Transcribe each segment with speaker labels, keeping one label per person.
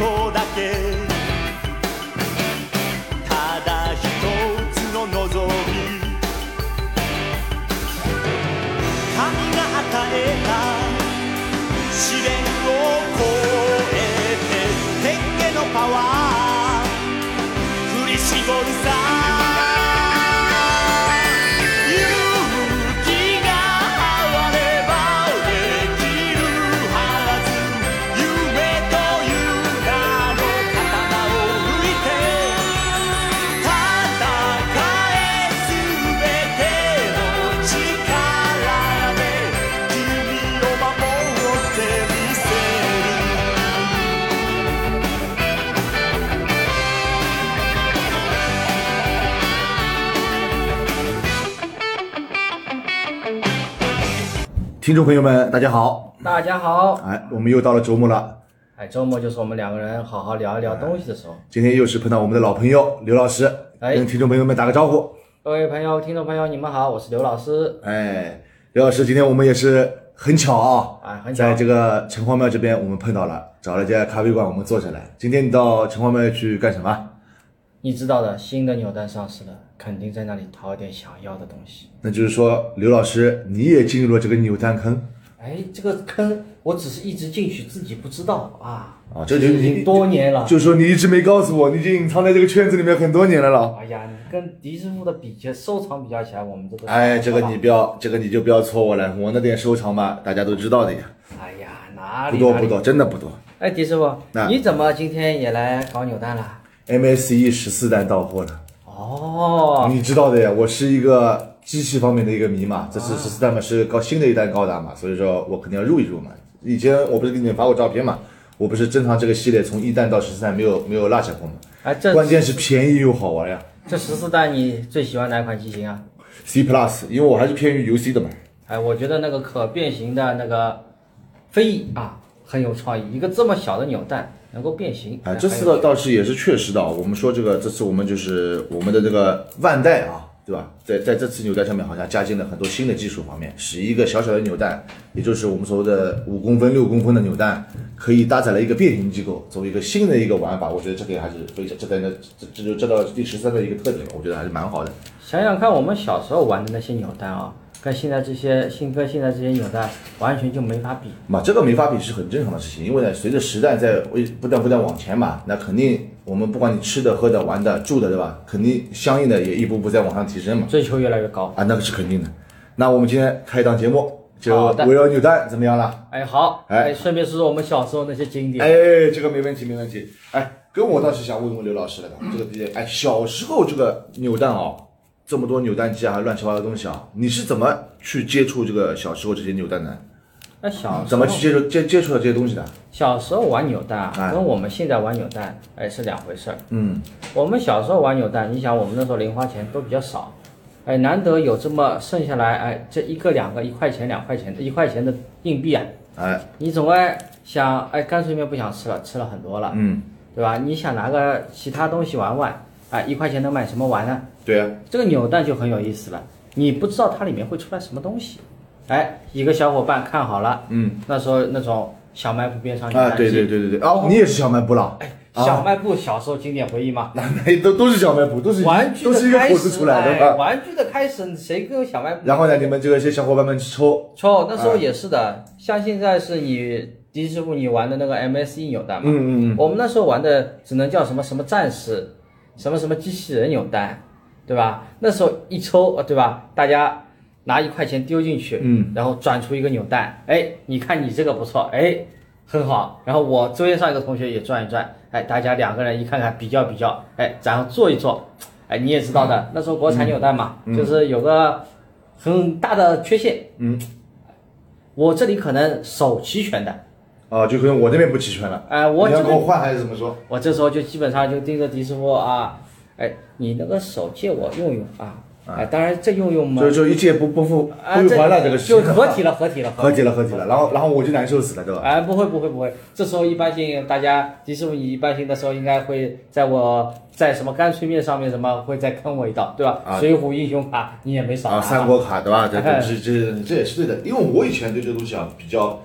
Speaker 1: けただ一つの望み神が与えた試練を越えて天下のパワー振り絞るさ勇気があればできるはず夢という名の刀を抜いて戦えすべての力で君を守ってみせる
Speaker 2: 听众朋友们，大家好！
Speaker 3: 大家好，
Speaker 2: 哎，我们又到了周末了，
Speaker 3: 哎，周末就是我们两个人好好聊一聊东西的时候。
Speaker 2: 今天又是碰到我们的老朋友刘老师，
Speaker 3: 哎
Speaker 2: 跟听众朋友们打个招呼。
Speaker 3: 各位朋友、听众朋友，你们好，我是刘老师。
Speaker 2: 哎，刘老师，今天我们也是很巧啊，
Speaker 3: 哎很巧
Speaker 2: 在这个城隍庙这边我们碰到了，找了一家咖啡馆，我们坐下来。今天你到城隍庙去干什么？
Speaker 3: 你知道的，新的扭蛋上市了，肯定在那里淘一点想要的东西。
Speaker 2: 那就是说，刘老师你也进入了这个扭蛋坑
Speaker 3: 哎，这个坑我只是一直进去，自己不知道啊。
Speaker 2: 啊，这就
Speaker 3: 已经
Speaker 2: 你
Speaker 3: 多年了。
Speaker 2: 就是说你一直没告诉我，你已经隐藏在这个圈子里面很多年了了。
Speaker 3: 哎呀，你跟迪师傅的比较收藏比较起来，我们这个
Speaker 2: 哎，这个你不要，这个你就不要戳我了，我那点收藏嘛，大家都知道的呀，
Speaker 3: 哎呀，哪
Speaker 2: 不
Speaker 3: 里
Speaker 2: 多
Speaker 3: 哪
Speaker 2: 不
Speaker 3: 里
Speaker 2: 多，真的不多。
Speaker 3: 哎，迪师傅
Speaker 2: 那，
Speaker 3: 你怎么今天也来搞扭蛋了？
Speaker 2: MSE E 十四单到货了，
Speaker 3: 哦，
Speaker 2: 你知道的呀，我是一个机器方面的一个迷嘛，这
Speaker 3: 啊
Speaker 2: 次十四代嘛是高新的一代高达嘛，所以说我肯定要入一入嘛。以前我不是给你们发过照片嘛，我不是珍藏这个系列从一代到十四代没有没有落下过嘛，
Speaker 3: 哎，这
Speaker 2: 关键是便宜又好玩呀。
Speaker 3: 这十四代你最喜欢哪款机型啊？
Speaker 2: C Plus，因为我还是偏于 UC 的嘛，
Speaker 3: 哎，我觉得那个可变形的那个飞翼啊，很有创意，一个这么小的扭蛋能够变形。
Speaker 2: 啊，
Speaker 3: 哎
Speaker 2: 这次
Speaker 3: 很有
Speaker 2: 的倒是也是确实的啊。我们说这个，这次我们就是我们的这个腕带啊，对吧？在在这次扭蛋上面，好像加进了很多新的技术方面，使一个小小的扭蛋，也就是我们所谓的五公分、六公分的扭蛋，可以搭载了一个变形机构，作为一个新的一个玩法。我觉得这个还是非常，这个呢，这这就这到第十三的一个特点吧，我觉得还是蛮好的。
Speaker 3: 想想看，我们小时候玩的那些扭蛋啊，跟现在这些新跟现在这些扭蛋完全就没法比。
Speaker 2: 嘛，这个没法比是很正常的事情，因为呢，随着时代在为不断不断往前嘛，那肯定我们不管你吃的、喝的、玩的、住的，对吧？肯定相应的也一步步在往上提升嘛。
Speaker 3: 追求越来越高。
Speaker 2: 啊，那个是肯定的。那我们今天开一档节目，就
Speaker 3: 好的
Speaker 2: 围绕扭蛋怎么样了？
Speaker 3: 哎，好，
Speaker 2: 哎
Speaker 3: 哎，顺便说说我们小时候那些经典。
Speaker 2: 哎，这个没问题，没问题。哎，跟我倒是想问问刘老师来的，这个毕竟，哎，小时候这个扭蛋哦，这么多扭蛋机啊，乱七八糟的东西啊，你是怎么去接触这个小时候这些扭蛋的？
Speaker 3: 那小时
Speaker 2: 怎
Speaker 3: 候
Speaker 2: 么去接触接接触到这些东西的？
Speaker 3: 小时候玩扭蛋
Speaker 2: 哎
Speaker 3: 啊，跟我们现在玩扭蛋哎是两回事儿。
Speaker 2: 嗯，
Speaker 3: 我们小时候玩扭蛋，你想我们那时候零花钱都比较少，哎，难得有这么剩下来，哎，这一个两个一块钱两块钱的一块钱的硬币啊，
Speaker 2: 哎，
Speaker 3: 你总爱想，哎，干脆面不想吃了，吃了很多了，
Speaker 2: 嗯，
Speaker 3: 对吧？你想拿个其他东西玩玩，哎，一块钱能买什么玩呢？
Speaker 2: 对啊，
Speaker 3: 这个扭蛋就很有意思了，你不知道它里面会出来什么东西，哎，几个小伙伴看好了，
Speaker 2: 嗯，
Speaker 3: 那时候那种小卖部边上扭蛋
Speaker 2: 啊，对
Speaker 3: 机
Speaker 2: 对，对对对，哦，你也是小卖部了，哎
Speaker 3: 小卖部小时候经典回忆嘛，
Speaker 2: 那都都是小卖部，都是
Speaker 3: 玩具
Speaker 2: 都
Speaker 3: 的
Speaker 2: 是一个
Speaker 3: 开
Speaker 2: 口
Speaker 3: 始，
Speaker 2: 子出来的
Speaker 3: 哎
Speaker 2: 啊。
Speaker 3: 玩具的开始，谁跟小卖部？
Speaker 2: 然后呢，你们这个些小伙伴们去抽，
Speaker 3: 错，那时
Speaker 2: 啊
Speaker 3: 候也是的，像现在是你迪师傅你玩的那个 MSE 扭蛋嘛，
Speaker 2: 嗯嗯嗯，
Speaker 3: 我们那时候玩的只能叫什么什么战士，什么什么机器人扭蛋，对吧？那时候一抽，呃对吧？大家拿一块钱丢进去，
Speaker 2: 嗯，
Speaker 3: 然后转出一个扭蛋，哎，你看你这个不错，哎，很好。然后我周边上一个同学也转一转，哎，大家两个人一看看比较比较，哎，然后做一做，哎，你也知道的，那时候国产扭蛋嘛，就是有个很大的缺陷，
Speaker 2: 嗯，
Speaker 3: 我这里可能手齐全的，
Speaker 2: 啊，就可能我这边不齐全了。
Speaker 3: 哎、我
Speaker 2: 你
Speaker 3: 这
Speaker 2: 要
Speaker 3: 个
Speaker 2: 跟我换还是怎么说？
Speaker 3: 我这时候就基本上就盯着迪师傅啊，哎，你那个手借我用用啊，哎，当然这用用嘛
Speaker 2: 所，以说一借不不复
Speaker 3: 啊，
Speaker 2: 不
Speaker 3: 这
Speaker 2: 归还了，这个事
Speaker 3: 就
Speaker 2: 情
Speaker 3: 合体了，合体了，
Speaker 2: 合体了合体了，然后然后我就难受死了，对吧？
Speaker 3: 哎，不会不会不会，这时候一般性大家迪师傅，你一般性的时候应该会在我在什么干脆面上面什么会再坑我一刀，对吧？
Speaker 2: 啊
Speaker 3: 水浒英雄卡你也没少拿
Speaker 2: 啊，
Speaker 3: 吧
Speaker 2: 三国卡对吧？这这
Speaker 3: 哎
Speaker 2: 这这这也是对的，因为我以前对这个东西啊比较，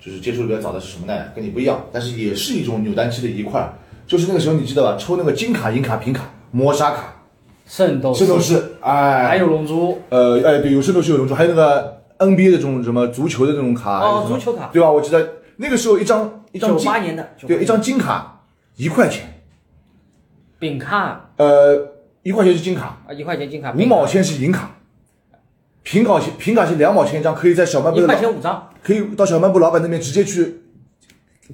Speaker 2: 就是接触比较早的是什么呢？跟你不一样，但是也是一种扭蛋机的一块儿。就是那个时候你记得吧？抽那个金卡、银卡、平卡、磨砂卡、
Speaker 3: 圣斗士
Speaker 2: 圣斗，士，哎，
Speaker 3: 哦还有龙珠，
Speaker 2: 呃，哎，对，有圣斗士有龙珠，还有那个 NBA 的这种什么足球的那种卡，
Speaker 4: 哦
Speaker 2: 还有什
Speaker 4: 足
Speaker 2: 么
Speaker 4: 球卡
Speaker 2: 对吧？我记得那个时候一张一张
Speaker 4: 九
Speaker 2: 金
Speaker 4: 八，年的，
Speaker 2: 对，一张金卡一块钱，
Speaker 3: 饼卡
Speaker 2: 呃，一块钱是金卡，
Speaker 3: 啊，一块钱金卡，
Speaker 2: 五
Speaker 3: 饼卡
Speaker 2: 毛钱是银卡，平卡钱平卡是两毛钱一张，可以在小卖部
Speaker 3: 一
Speaker 2: 的
Speaker 3: 块
Speaker 2: 老
Speaker 3: 钱五张，
Speaker 2: 可以到小卖部老板那边直接去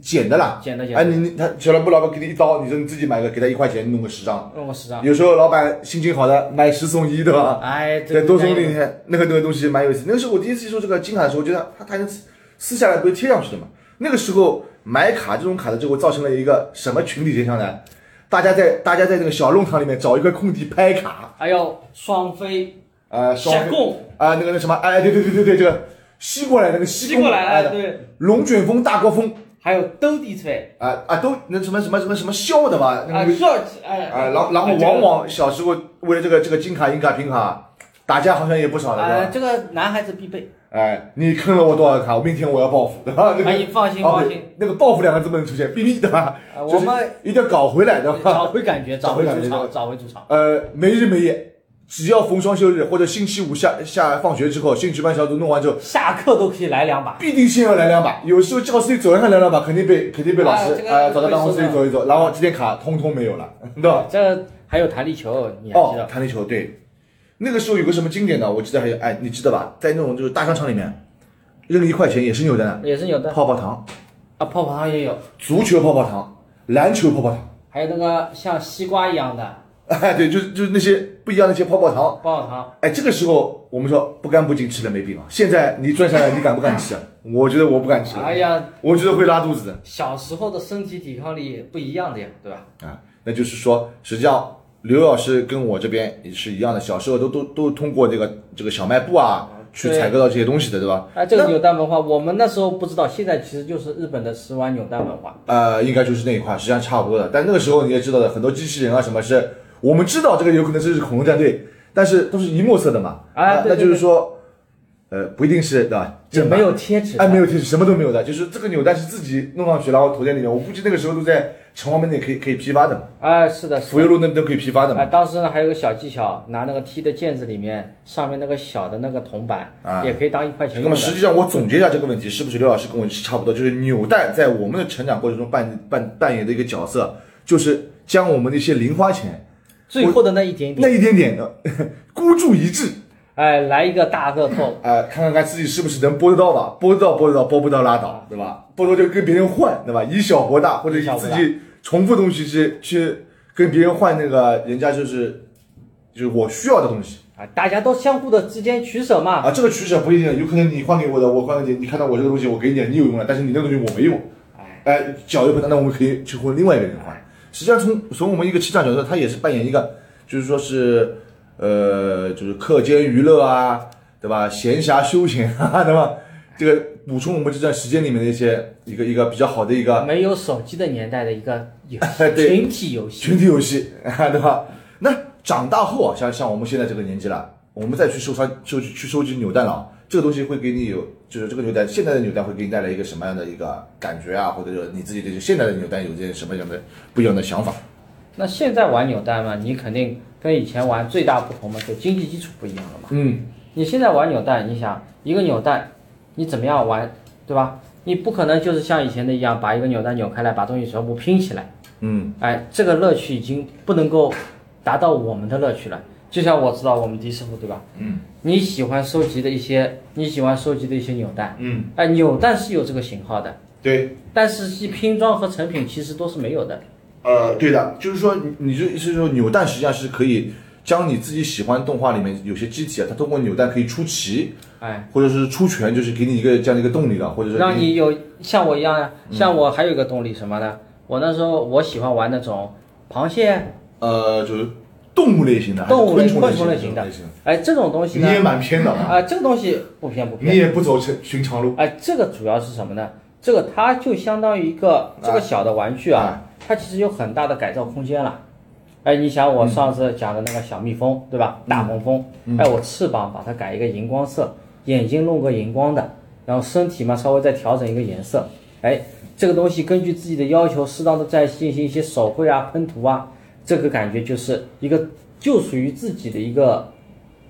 Speaker 2: 捡的啦，
Speaker 3: 捡的捡的
Speaker 2: 哎，你你他小卖部老板给你一刀，你说你自己买个，给他一块钱弄个十张，
Speaker 3: 弄个十张，
Speaker 2: 有时候老板心情好的买十送一，对吧？
Speaker 3: 哎，这
Speaker 2: 对，
Speaker 3: 个
Speaker 2: 多送
Speaker 3: 应
Speaker 2: 你
Speaker 3: 该
Speaker 2: 那个那个东西蛮有意思。那个时候我第一次接触这个金卡的时候，我觉得它它能撕撕下来不是贴上去的嘛？那个时候买卡这种卡的就会造成了一个什么群体现象呢？大家在大家在那个小弄堂里面找一块空地拍卡，
Speaker 3: 还有双飞
Speaker 2: 呃，双
Speaker 4: 闪供
Speaker 2: 啊、那个那什么，哎，对对对对对，这个吸过来那个吸
Speaker 4: 吸过来
Speaker 2: 哎
Speaker 4: 了，
Speaker 2: 的
Speaker 4: 对，
Speaker 2: 龙卷风、大国风，
Speaker 4: 还有兜底腿
Speaker 2: 啊、啊，都那什么什么什么什么笑的吧？那
Speaker 4: 啊
Speaker 2: 个
Speaker 4: ，short，哎，
Speaker 2: 啊，嗯然后然后
Speaker 4: 哎这个
Speaker 2: 往往小时候为了这个这个金卡、银卡、平卡打架好像也不少了，对
Speaker 3: 哎
Speaker 2: 吧
Speaker 4: 啊，？这个男孩子必备，
Speaker 2: 哎，你坑了我多少个卡？我明天我要报复，对吧？那个
Speaker 3: 哎你放心
Speaker 2: 哦
Speaker 3: 放心，
Speaker 2: 那个报复两个字不能出现，必须的吧？
Speaker 3: 啊
Speaker 2: 就是
Speaker 3: 我们
Speaker 2: 一定要搞回来，对 吧？
Speaker 3: 找回感觉，
Speaker 2: 找
Speaker 3: 找
Speaker 2: 回
Speaker 3: 回
Speaker 2: 感觉
Speaker 3: 主场，找回主场。
Speaker 2: 呃，没日没夜，只要逢双休日或者星期五下下放学之后，兴趣班小组弄完之后，
Speaker 3: 下课都可以来两把，
Speaker 2: 必定先要来两把。有时候教室里走上来两把，肯定被肯定被老师
Speaker 4: 啊这个
Speaker 2: 哎找到办公室
Speaker 4: 会
Speaker 2: 里
Speaker 4: 收
Speaker 2: 走一走，然后这点卡通通没有了，对吧？
Speaker 3: 这还有弹力球，你还知
Speaker 2: 哦
Speaker 3: 道，？
Speaker 2: 弹力球对，那个时候有个什么经典的，我记得还有，哎，你记得吧？在那种就是大商场里面，扔一块钱也是扭蛋，
Speaker 3: 也是有的
Speaker 2: 泡泡糖。
Speaker 3: 啊，泡泡糖也有，
Speaker 2: 足球泡泡糖、篮球泡泡糖，
Speaker 3: 还有那个像西瓜一样的
Speaker 2: 哎，对，就是就是那些不一样的一些泡泡糖。
Speaker 3: 棒棒糖，
Speaker 2: 哎，这个时候我们说不干不净吃了没病啊。现在你转下来，你敢不敢吃？啊 我觉得我不敢吃，
Speaker 3: 哎呀，
Speaker 2: 我觉得会拉肚子的
Speaker 3: 小时候的身体抵抗力不一样的呀，对吧？
Speaker 2: 啊。那就是说，实际上刘老师跟我这边也是一样的，小时候都都都通过这个这个小卖部啊去
Speaker 3: 对
Speaker 2: 采购到这些东西的，对吧？
Speaker 3: 哎，这个
Speaker 2: 那
Speaker 3: 扭蛋文化，我们那时候不知道，现在其实就是日本的食玩扭蛋文化。
Speaker 2: 呃，应该就是那一块，实际上差不多的。但那个时候你也知道的，很多机器人啊什么是，我们知道这个有可能是恐龙战队，但是都是一墨色的嘛。
Speaker 3: 啊
Speaker 2: 那
Speaker 3: 对
Speaker 2: 那
Speaker 3: 对
Speaker 2: 就是
Speaker 3: 对
Speaker 2: 说，呃，不一定是对吧？
Speaker 3: 也
Speaker 2: 正版
Speaker 3: 没有贴纸的
Speaker 2: 哎，没有贴纸，什么都没有的，就是这个扭蛋是自己弄上去，然后投在里面。我估计那个时候都在城隍门那可以可以批发的嘛，
Speaker 3: 哎，是的，是
Speaker 2: 福佑
Speaker 3: 的。
Speaker 2: 路那边都可以批发的
Speaker 3: 啊，
Speaker 2: 嘛。
Speaker 3: 当时呢还有个小技巧，拿那个踢的毽子里面上面那个小的那个铜板，
Speaker 2: 啊
Speaker 3: 也可以当一块钱
Speaker 2: 那
Speaker 3: 用
Speaker 2: 么
Speaker 3: 的。
Speaker 2: 实际上，我总结一下这个问题，是不是刘老师跟我差不多？就是扭蛋在我们的成长过程中扮扮扮演的一个角色，就是将我们的一些零花钱
Speaker 3: 最后的那一点
Speaker 2: 那
Speaker 3: 点，
Speaker 2: 一点点的孤注一掷，
Speaker 3: 哎，来一个大乐透，
Speaker 2: 呃，看看看自己是不是能拨得到吧，拨得到拨得到，拨不到拉倒，对吧？拨到就跟别人换，对吧？以小博大，或者以
Speaker 3: 以小博
Speaker 2: 自
Speaker 3: 大
Speaker 2: 己重复东西去去跟别人换那个人家就是就是我需要的东西
Speaker 3: 啊，大家都相互的之间取舍嘛。
Speaker 2: 啊。这个取舍不一定，有可能你换给我的，我换给你，你看到我这个东西我给你，你有用了，但是你那个东西我没用，哎，脚又不大，那我们可以去和另外一个人换。实际上从从我们一个成长角度，他也是扮演一个就是说是呃就是课间娱乐啊，对吧？闲暇休闲啊， 对吧？这个补充我们这段时间里面的一些一个一个比较好的一个
Speaker 3: 没有手机的年代的一个游
Speaker 2: 啊 对
Speaker 3: 戏，群体游戏。
Speaker 2: 群体游戏， 对吧？那长大后啊，像像我们现在这个年纪了，我们再去收藏、收集、去收集扭蛋了啊，这个东西会给你有，就是这个扭蛋，现在的扭蛋会给你带来一个什么样的一个感觉啊，或者说你自己对现在的扭蛋有些什么样的不一样的想法？
Speaker 3: 那现在玩扭蛋嘛，你肯定跟以前玩最大不同嘛，就经济基础不一样了嘛。
Speaker 2: 嗯，
Speaker 3: 你现在玩扭蛋，你想一个扭蛋，你怎么样玩，对吧？你不可能就是像以前的一样，把一个扭蛋扭开来，把东西全部拼起来。
Speaker 2: 嗯，
Speaker 3: 哎，这个乐趣已经不能够达到我们的乐趣了。就像我知道我们迪师傅对吧？
Speaker 2: 嗯，
Speaker 3: 你喜欢收集的一些，你喜欢收集的一些扭蛋，
Speaker 2: 嗯，
Speaker 3: 哎，扭蛋是有这个型号的，
Speaker 2: 对，
Speaker 3: 但是其拼装和成品其实都是没有的。
Speaker 2: 呃，对的，就是说你你就意思是说扭蛋实际上是可以将你自己喜欢动画里面有些机体啊，它通过扭蛋可以出奇，
Speaker 3: 哎，
Speaker 2: 或者是出拳，就是给你一个这样的一个动力了，或者是
Speaker 3: 让
Speaker 2: 给
Speaker 3: 你有像我一样呀，像我还有一个动力什么呢？我那时候我喜欢玩那种螃蟹、
Speaker 2: 呃，就是动物类型的，还是
Speaker 3: 动物类、
Speaker 2: 昆虫
Speaker 3: 昆虫
Speaker 2: 类
Speaker 3: 类
Speaker 2: 型
Speaker 3: 型
Speaker 2: 的
Speaker 3: 的，哎，这种东西
Speaker 2: 你
Speaker 3: 呢，
Speaker 2: 也蛮偏的啊，
Speaker 3: 啊，这个东西不偏不
Speaker 2: 你
Speaker 3: 偏，
Speaker 2: 也不走寻寻常路。
Speaker 3: 哎，这个主要是什么呢？这个它就相当于一个这个小的玩具啊，它其实有很大的改造空间了。哎，你想我上次讲的那个小蜜蜂，对吧？大黄蜂，哎，我翅膀把它改一个荧光色，眼睛弄个荧光的，然后身体嘛稍微再调整一个颜色，哎，这个东西根据自己的要求，适当的再进行一些手绘啊、喷涂啊，这个感觉就是一个就属于自己的一个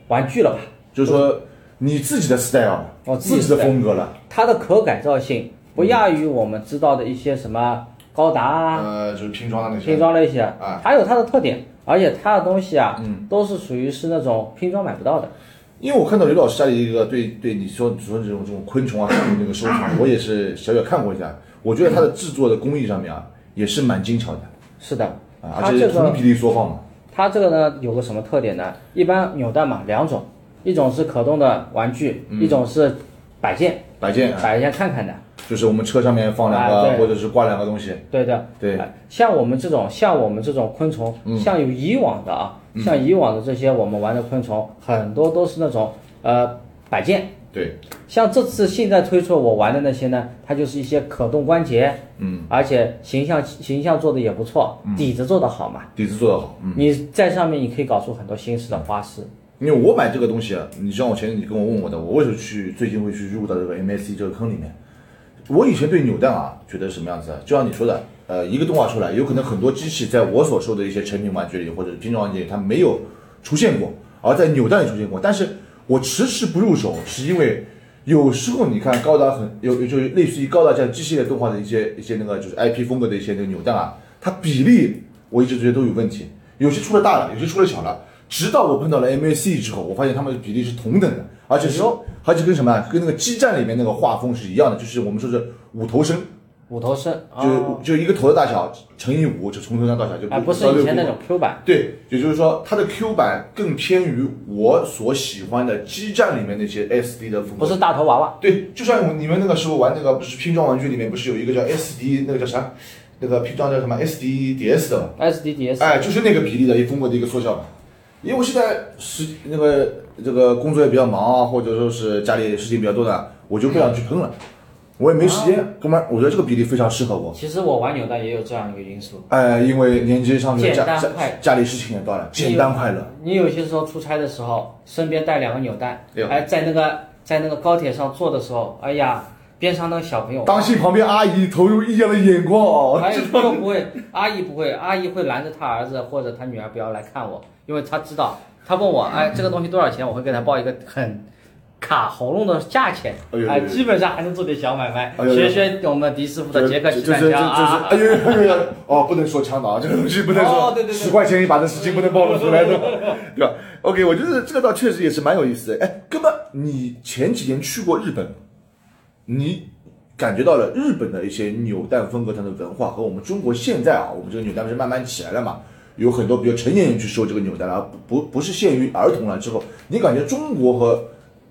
Speaker 3: 玩具了吧。
Speaker 2: 就是说你自己的 style，
Speaker 3: 哦自己
Speaker 2: 自己的
Speaker 3: 的 style
Speaker 2: 风格了。
Speaker 3: 它的可改造性不亚于我们知道的一些什么高达啊、
Speaker 2: 呃，就是拼装的那些
Speaker 3: 拼装类型
Speaker 2: 啊，嗯
Speaker 3: 它有它的特点，而且它的东西啊，都是属于是那种拼装买不到的。
Speaker 2: 因为我看到刘老师家里一个对对你说你说这种这种昆虫啊动物那个收 藏，我也是小小看过一下，我觉得它的制作的工艺上面啊也是蛮精巧的
Speaker 3: 是的，
Speaker 2: 啊，
Speaker 3: 它
Speaker 2: 而且
Speaker 3: 这
Speaker 2: 是
Speaker 3: 个
Speaker 2: 同比例缩放嘛，
Speaker 3: 它这个呢有个什么特点呢？一般扭蛋嘛，两种，一种是可动的玩具，
Speaker 2: 嗯
Speaker 3: 一种是摆件，
Speaker 2: 摆件啊，
Speaker 3: 摆件看看的。
Speaker 2: 就是我们车上面放两
Speaker 3: 啊
Speaker 2: 个
Speaker 3: 对
Speaker 2: 或者是挂两个东西，
Speaker 3: 对的，
Speaker 2: 对嗯
Speaker 3: 哎像我们这种像我们这种昆虫，像有以往的啊，像以往的这些我们玩的昆虫，很多都是那种呃摆件。
Speaker 2: 对，
Speaker 3: 像这次现在推出我玩的那些呢，它就是一些可动关节，嗯，而且形象形象做的也不错，底子做的好嘛，
Speaker 2: 底子做得好，嗯。
Speaker 3: 你在上面你可以搞出很多新式的花式。
Speaker 2: 因为我买这个东西啊，你像我前你跟我问我的，我为什么去最近会去入到这个 MSC 这个坑里面？我以前对扭蛋啊，觉得什么样子啊？就像你说的，呃，一个动画出来，有可能很多机器在我所说的一些成品玩具里或者是拼装玩具里，它没有出现过，而在扭蛋里出现过。但是我迟迟不入手，是因为有时候你看高达很有就是类似于高达这样机械类动画的一些一些那个就是 IP 风格的一些那个扭蛋啊，它比例我一直觉得都有问题，有些出了大了，有些出了小了。直到我碰到了 MAC 之后，我发现它们的比例是同等的，而且
Speaker 3: 哎
Speaker 2: 是而且跟什么啊？跟那个基站里面那个画风是一样的，就是我们说是五头身，
Speaker 3: 五头身
Speaker 2: 就、
Speaker 3: 啊，
Speaker 2: 就一个头的大小乘以五，就从头上到脚就
Speaker 3: 啊不是
Speaker 2: 到六
Speaker 3: 以前那
Speaker 2: 公
Speaker 3: 种 Q 版，
Speaker 2: 对，也就是说，它的 Q 版更偏于我所喜欢的基站里面那些 SD 的风格。
Speaker 3: 不是大头娃娃，
Speaker 2: 对，就像我你们那个时候玩那个不是拼装玩具里面不是有一个叫 SD 那个叫啥，那个拼装叫什么 SDDS 的嘛？
Speaker 3: SDDS，
Speaker 2: 哎，就是那个比例的一风格的一个缩小版。因为我现在时那个这个工作也比较忙啊，或者说是家里事情比较多的，我就不想去碰了，我也没时
Speaker 3: 哦
Speaker 2: 间。哥们儿，我觉得这个比例非常适合我。
Speaker 4: 其实我玩扭蛋也有这样一个因素，
Speaker 2: 哎，因为年纪上去了，
Speaker 3: 简
Speaker 2: 家
Speaker 3: 单
Speaker 2: 家
Speaker 3: 快乐
Speaker 2: 家里事情也多了，简单快乐。
Speaker 3: 你有些时候出差的时候，身边带两个扭蛋
Speaker 2: 对，
Speaker 3: 哎，在那个在那个高铁上坐的时候，哎呀，边上那个小朋友，
Speaker 2: 当心旁边阿姨投入异样的眼光哦，
Speaker 3: 哎，又不会，阿姨不会，阿姨会拦着她儿子或者她女儿不要来看我，因为她知道，她问我，哎，这个东西多少钱？我会给她报一个很卡喉咙的价钱
Speaker 2: 哎呦，
Speaker 3: 哎，
Speaker 2: 呦呦
Speaker 3: 基本上还能做点小买卖
Speaker 2: 哎，呦
Speaker 3: 学
Speaker 2: 呦
Speaker 3: 学我们迪师傅的杰克
Speaker 2: 就
Speaker 3: 西
Speaker 2: 是就
Speaker 3: 板
Speaker 2: 是就是，
Speaker 3: 枪啊。
Speaker 2: 哎呦呦呦呦，哦，不能说倡导啊，这个东西不能说，
Speaker 3: 哦对对对
Speaker 2: 十块钱一把的事情不能暴露出来的，对吧？OK，我觉得这个倒确实也是蛮有意思的。哎，哥们，你前几年去过日本，你感觉到了日本的一些扭蛋风格它的文化和我们中国现在啊，我们这个扭蛋不是慢慢起来了嘛？有很多比如成年人去收这个扭蛋了，而不不不是限于儿童了。之后，你感觉中国和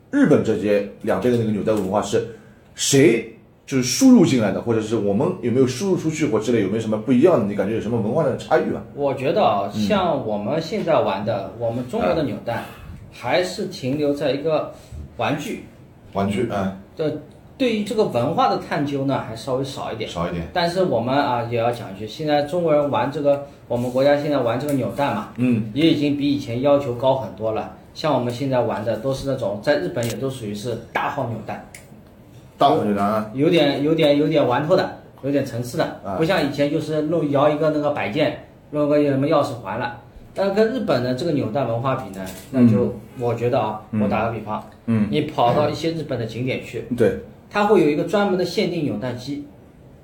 Speaker 2: 日本这些两边的那个纽带文化是谁就是输入进来的，或者是我们有没有输入出去或之类有没有什么不一样的？你感觉有什么文化上的差异吧？
Speaker 3: 我觉得啊，
Speaker 2: 嗯
Speaker 3: 像我们现在玩的，我们中国
Speaker 2: 啊
Speaker 3: 的扭蛋，还是停留在一个玩具
Speaker 2: 玩具嗯
Speaker 3: 的，对于这个文化的探究呢，还稍微少一点。
Speaker 2: 少一点，
Speaker 3: 但是我们啊，也要讲一句，现在中国人玩这个，我们国家现在玩这个扭蛋嘛，
Speaker 2: 嗯，
Speaker 3: 也已经比以前要求高很多了。像我们现在玩的都是那种，在日本也都属于是大号扭蛋，
Speaker 2: 大伙觉得啊，
Speaker 3: 有点有点有点玩透的，有点层次的
Speaker 2: 啊，
Speaker 3: 不像以前就是弄摇一个那个摆件，弄个什么钥匙环了。但跟日本的这个扭蛋文化比呢，那就、我觉得啊，我打个比方，
Speaker 2: 嗯，
Speaker 3: 你跑到一些日本的景点去，
Speaker 2: 对，
Speaker 3: 它会有一个专门的限定扭蛋机，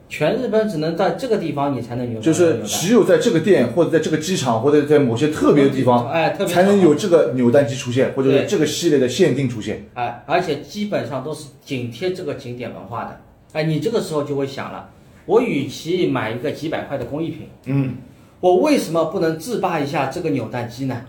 Speaker 3: 全日本只能在这个地方你才能扭到
Speaker 2: 就
Speaker 3: 这个
Speaker 2: 是
Speaker 3: 扭蛋。
Speaker 2: 只有在这个店或者在这个机场或者在某些特别的地方，
Speaker 3: 哎特别
Speaker 2: 才能有这个扭蛋机出现，或者是
Speaker 3: 对
Speaker 2: 这个系列的限定出现。
Speaker 3: 哎，而且基本上都是紧贴这个景点文化的。哎，你这个时候就会想了，我与其买一个几百块的工艺品，
Speaker 2: 嗯，
Speaker 3: 我为什么不能自霸一下这个扭蛋机呢？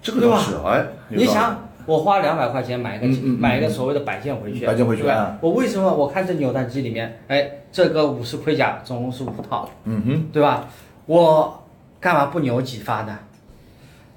Speaker 2: 这个
Speaker 3: 对
Speaker 2: 倒
Speaker 3: 吧
Speaker 2: 是哎，有
Speaker 3: 你
Speaker 2: 道理，
Speaker 3: 想，我花两百块钱买一个、
Speaker 2: 嗯嗯嗯
Speaker 3: 买一个所谓的摆件回去，
Speaker 2: 摆件回去
Speaker 3: 对吧
Speaker 2: 啊
Speaker 3: 我为什么我看这扭蛋机里面，哎，这个武士盔甲总共是五套，
Speaker 2: 嗯哼，
Speaker 3: 对吧？我干嘛不扭几发呢？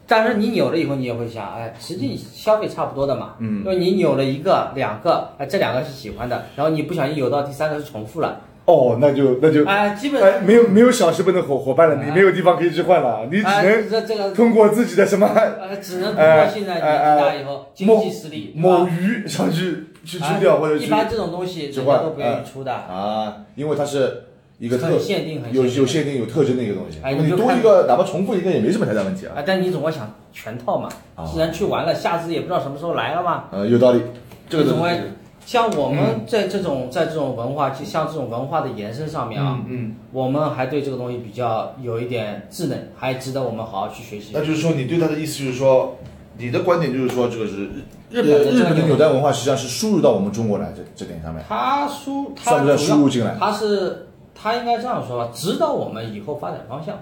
Speaker 3: 但是你扭了以后，你也会想，哎，实
Speaker 2: 嗯
Speaker 3: 际消费差不多的嘛，嗯，因为你扭了一个、两个，哎，这两个是喜欢的，然后你不小心扭到第三个是重复了，
Speaker 2: 哦，那就那就
Speaker 3: 哎，基本上，
Speaker 2: 哎，没有没有小时不能伙伙伴了，你没有地方可以去换了，你只
Speaker 3: 哎，
Speaker 2: 能哎
Speaker 3: 这这个，
Speaker 2: 通过自己的什么
Speaker 3: 呃呃，只能通过现在年纪大以后，经济实力，对吧哎
Speaker 2: 某鱼上去去去掉或者
Speaker 3: 一
Speaker 2: 去
Speaker 3: 般这种东西
Speaker 2: 去
Speaker 3: 人
Speaker 2: 换
Speaker 3: 家都不愿意出的。
Speaker 2: 啊，因为它是一个特
Speaker 3: 很限定很
Speaker 2: 有
Speaker 3: 限定
Speaker 2: 有限定有特征的一个东西，
Speaker 3: 哎
Speaker 2: 因为
Speaker 3: 你就
Speaker 2: 多
Speaker 3: 看
Speaker 2: 一个哪怕重复一个也没什么太大问题啊，
Speaker 3: 啊，但你总会想全套嘛
Speaker 2: 啊，
Speaker 3: 既然去玩了，下次也不知道什么时候来了嘛。
Speaker 2: 呃，有道理，这个
Speaker 3: 你
Speaker 2: 东
Speaker 3: 总会
Speaker 2: 西
Speaker 3: 像我
Speaker 2: 嗯
Speaker 3: 们在这种在这种文化，就像这种文化的延伸上面啊，
Speaker 2: 嗯，
Speaker 3: 我们还对这个东西比较有一点稚嫩，还值得我们好好去学习。
Speaker 2: 那就是说你对他的意思就是说，你的观点就是说这个是
Speaker 3: 日本的
Speaker 2: 呃日本
Speaker 3: 这
Speaker 2: 的
Speaker 3: 个
Speaker 2: 纽带文化实际上是输入到我们中国来这这点上面，
Speaker 3: 他输，他
Speaker 2: 呃算不算
Speaker 3: 主要
Speaker 2: 输入进来
Speaker 3: 他是他应该这样说吧，指导我们以后发展方向。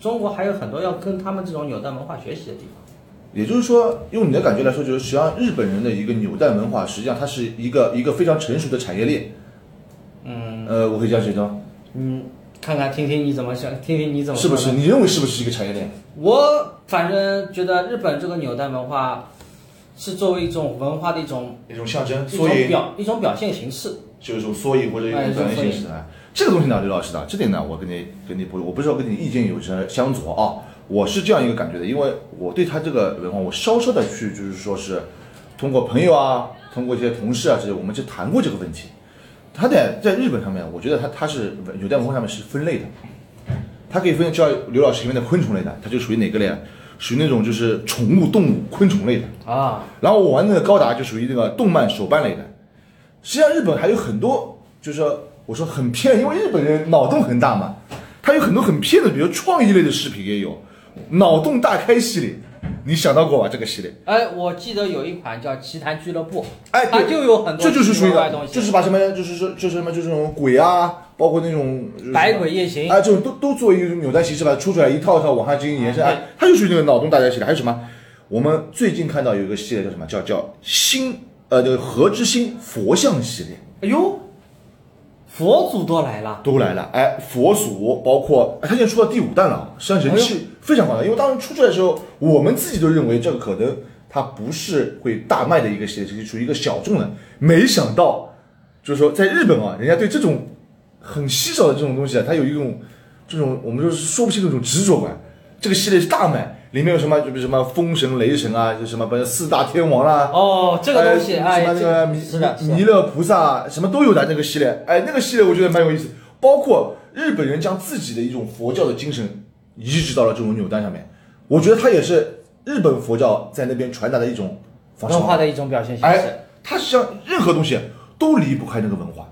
Speaker 3: 中国还有很多要跟他们这种纽带文化学习的地方。
Speaker 2: 也就是说用你的感觉来说，就是实际上日本人的一个纽带文化，实际上它是一个一个非常成熟的产业链，
Speaker 3: 嗯
Speaker 2: 呃，我可以这样觉得，
Speaker 3: 嗯，看看听听你怎么想，听听你怎么
Speaker 2: 是
Speaker 3: 说
Speaker 2: 不
Speaker 3: 呢
Speaker 2: 是？你认为是不是一个产业链？
Speaker 3: 我反正觉得日本这个纽带文化是作为一种文化的一种
Speaker 2: 一种象征，
Speaker 3: 一
Speaker 2: 所
Speaker 3: 种
Speaker 2: 以
Speaker 3: 表一种表现形式。
Speaker 2: 就是一种缩影或者一种表现形式啊。这个东西呢，刘老师呢，这点呢，我跟你跟你不，我不是说跟你意见有什相左啊，我是这样一个感觉的，因为我对他这个文化，我稍稍的去就是说是通过朋友啊，通过一些同事啊这些，我们去谈过这个问题。他在在日本上面，我觉得他他是有在文化上面是分类的，它可以分叫刘老师前面的昆虫类的，它就属于哪个类啊？属于那种就是宠物动物昆虫类的。
Speaker 3: 啊，
Speaker 2: 然后我玩那个高达就属于那个动漫手办类的。实际上日本还有很多，就是说我说很偏，因为日本人脑洞很大嘛，他有很多很偏的，比如创意类的视频也有，脑洞大开系列，你想到过吧？这个系列，
Speaker 3: 哎，我记得有一款叫《奇谈俱乐部》，
Speaker 2: 哎，
Speaker 3: 它
Speaker 2: 对
Speaker 3: 就有很多
Speaker 2: 这就是属于
Speaker 3: 奇怪
Speaker 2: 的
Speaker 3: 的东，西，
Speaker 2: 就是把什么，就是说就是什么，就是那种鬼啊，包括那种就是什么
Speaker 3: 百鬼夜行
Speaker 2: 啊，这种都都作为一种纽带形式把它出出来，一套一套往下进行延
Speaker 3: 嗯
Speaker 2: 伸，哎，它就属于那个脑洞大开系列。还有什么？我们最近看到有一个系列叫什么？叫叫心呃，这个和之心佛像系列
Speaker 3: 哎呦，佛祖都来了，
Speaker 2: 都来了，哎，佛祖包括哎它现在出到第五弹了啊，实际上人气非常高的，因为当时出出来的时候，我们自己都认为这个可能它不是会大卖的一个系列，是属于一个小众的，没想到就是说在日本啊，人家对这种很稀少的这种东西啊，它有一种这种我们就是说不清的这种执着感。这个系列是大卖，里面有什么就比如什么风神、雷神啊，就什么不是四大天王啦、
Speaker 3: 哦，这个东西，哎，
Speaker 2: 呃什么那个弥
Speaker 3: 是的，是的
Speaker 2: 弥勒菩萨什么都有的那个系列，哎，那个系列我觉得蛮有意思，包括日本人将自己的一种佛教的精神移植到了这种扭蛋上面，我觉得它也是日本佛教在那边传达的一种方式
Speaker 3: 文化的一种表现形式
Speaker 2: 哎。，它实际上任何东西都离不开那个文化，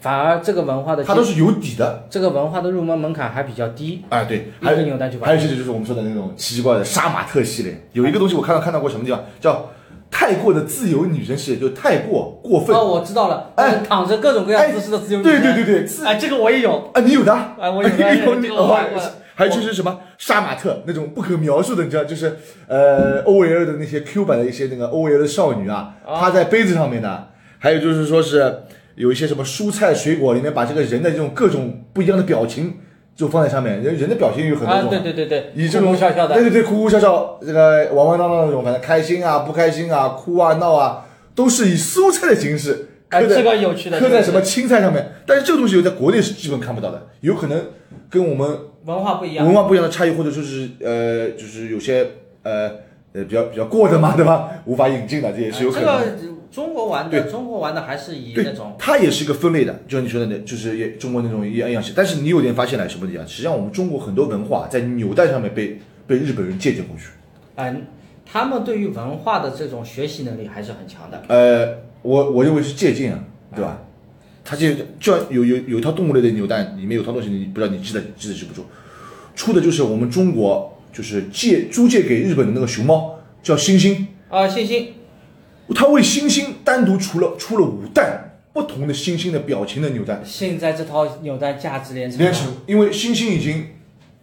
Speaker 3: 反而这个文化的
Speaker 2: 它都是有底的。
Speaker 3: 这个文化的入门门槛还比较低。
Speaker 2: 哎，对，还有
Speaker 3: 一个扭蛋就把
Speaker 2: 还有一些就是我们说的那种奇奇怪怪的杀马特系列，有一个东西我看到看到过什么地方叫太过的自由女神系列，就太过过分
Speaker 3: 哦，我知道了，
Speaker 2: 哎
Speaker 3: 就是躺着各种各样姿势的自由女
Speaker 2: 对
Speaker 3: 神
Speaker 2: 对对对，自
Speaker 3: 哎，这个我也有，
Speaker 2: 啊，你有的？
Speaker 3: 哎我有的
Speaker 2: 有
Speaker 3: 这
Speaker 2: 你
Speaker 3: 个
Speaker 2: 哦
Speaker 3: 我玩过
Speaker 2: 还有就是什么杀马特那种不可描述的，你知道，就是呃 OL 的那些 Q 版的一些那个 OL 的少女啊，趴在杯子上面的，还有就是说是有一些什么蔬菜水果里面把这个人的这种各种不一样的表情就放在上面，人人的表情有很多
Speaker 3: 啊
Speaker 2: 种，，
Speaker 3: 对对对对，
Speaker 2: 以这
Speaker 3: 哭
Speaker 2: 种哎
Speaker 3: 哭笑笑
Speaker 2: 对
Speaker 3: 的，
Speaker 2: 对对，哭哭笑笑，这个玩玩闹闹那种，反正开心啊、不开心啊、哭啊、闹啊，都是以蔬菜的形式
Speaker 3: 哎，
Speaker 2: 刻在
Speaker 3: 这个有趣的，
Speaker 2: 刻在什么
Speaker 3: 这个
Speaker 2: 青菜上面，但是这个东西在国内是基本看不到的，有可能跟我们
Speaker 3: 文化不一样
Speaker 2: 文？化不一样的差异，或者就是呃，就是有些呃呃比较比较过的嘛，对吧？无法引进的，这也
Speaker 3: 哎
Speaker 2: 是有可
Speaker 3: 这
Speaker 2: 能的。
Speaker 3: 个中国玩的，中国玩的还是以那
Speaker 2: 对
Speaker 3: 种，
Speaker 2: 它也是一个分类的，就像你说的那，就是也中国那种一样样式。但是你有点发现了什么地方？实际上我们中国很多文化在纽带上面被被日本人借鉴过去。
Speaker 3: 嗯，他们对于文化的这种学习能力还是很强的。
Speaker 2: 呃，我我认为是借鉴啊，对吧？它就就像有有有一套动物类的扭蛋，里面有套东西，你不知道你记得记得记不住，出的就是我们中国就是借租借给日本的那个熊猫叫星星，
Speaker 3: 啊，星星，
Speaker 2: 它为星星单独出了出了五蛋不同的星星的表情的扭蛋
Speaker 3: 现在这套扭蛋价值连城
Speaker 2: 连成，因为星星已经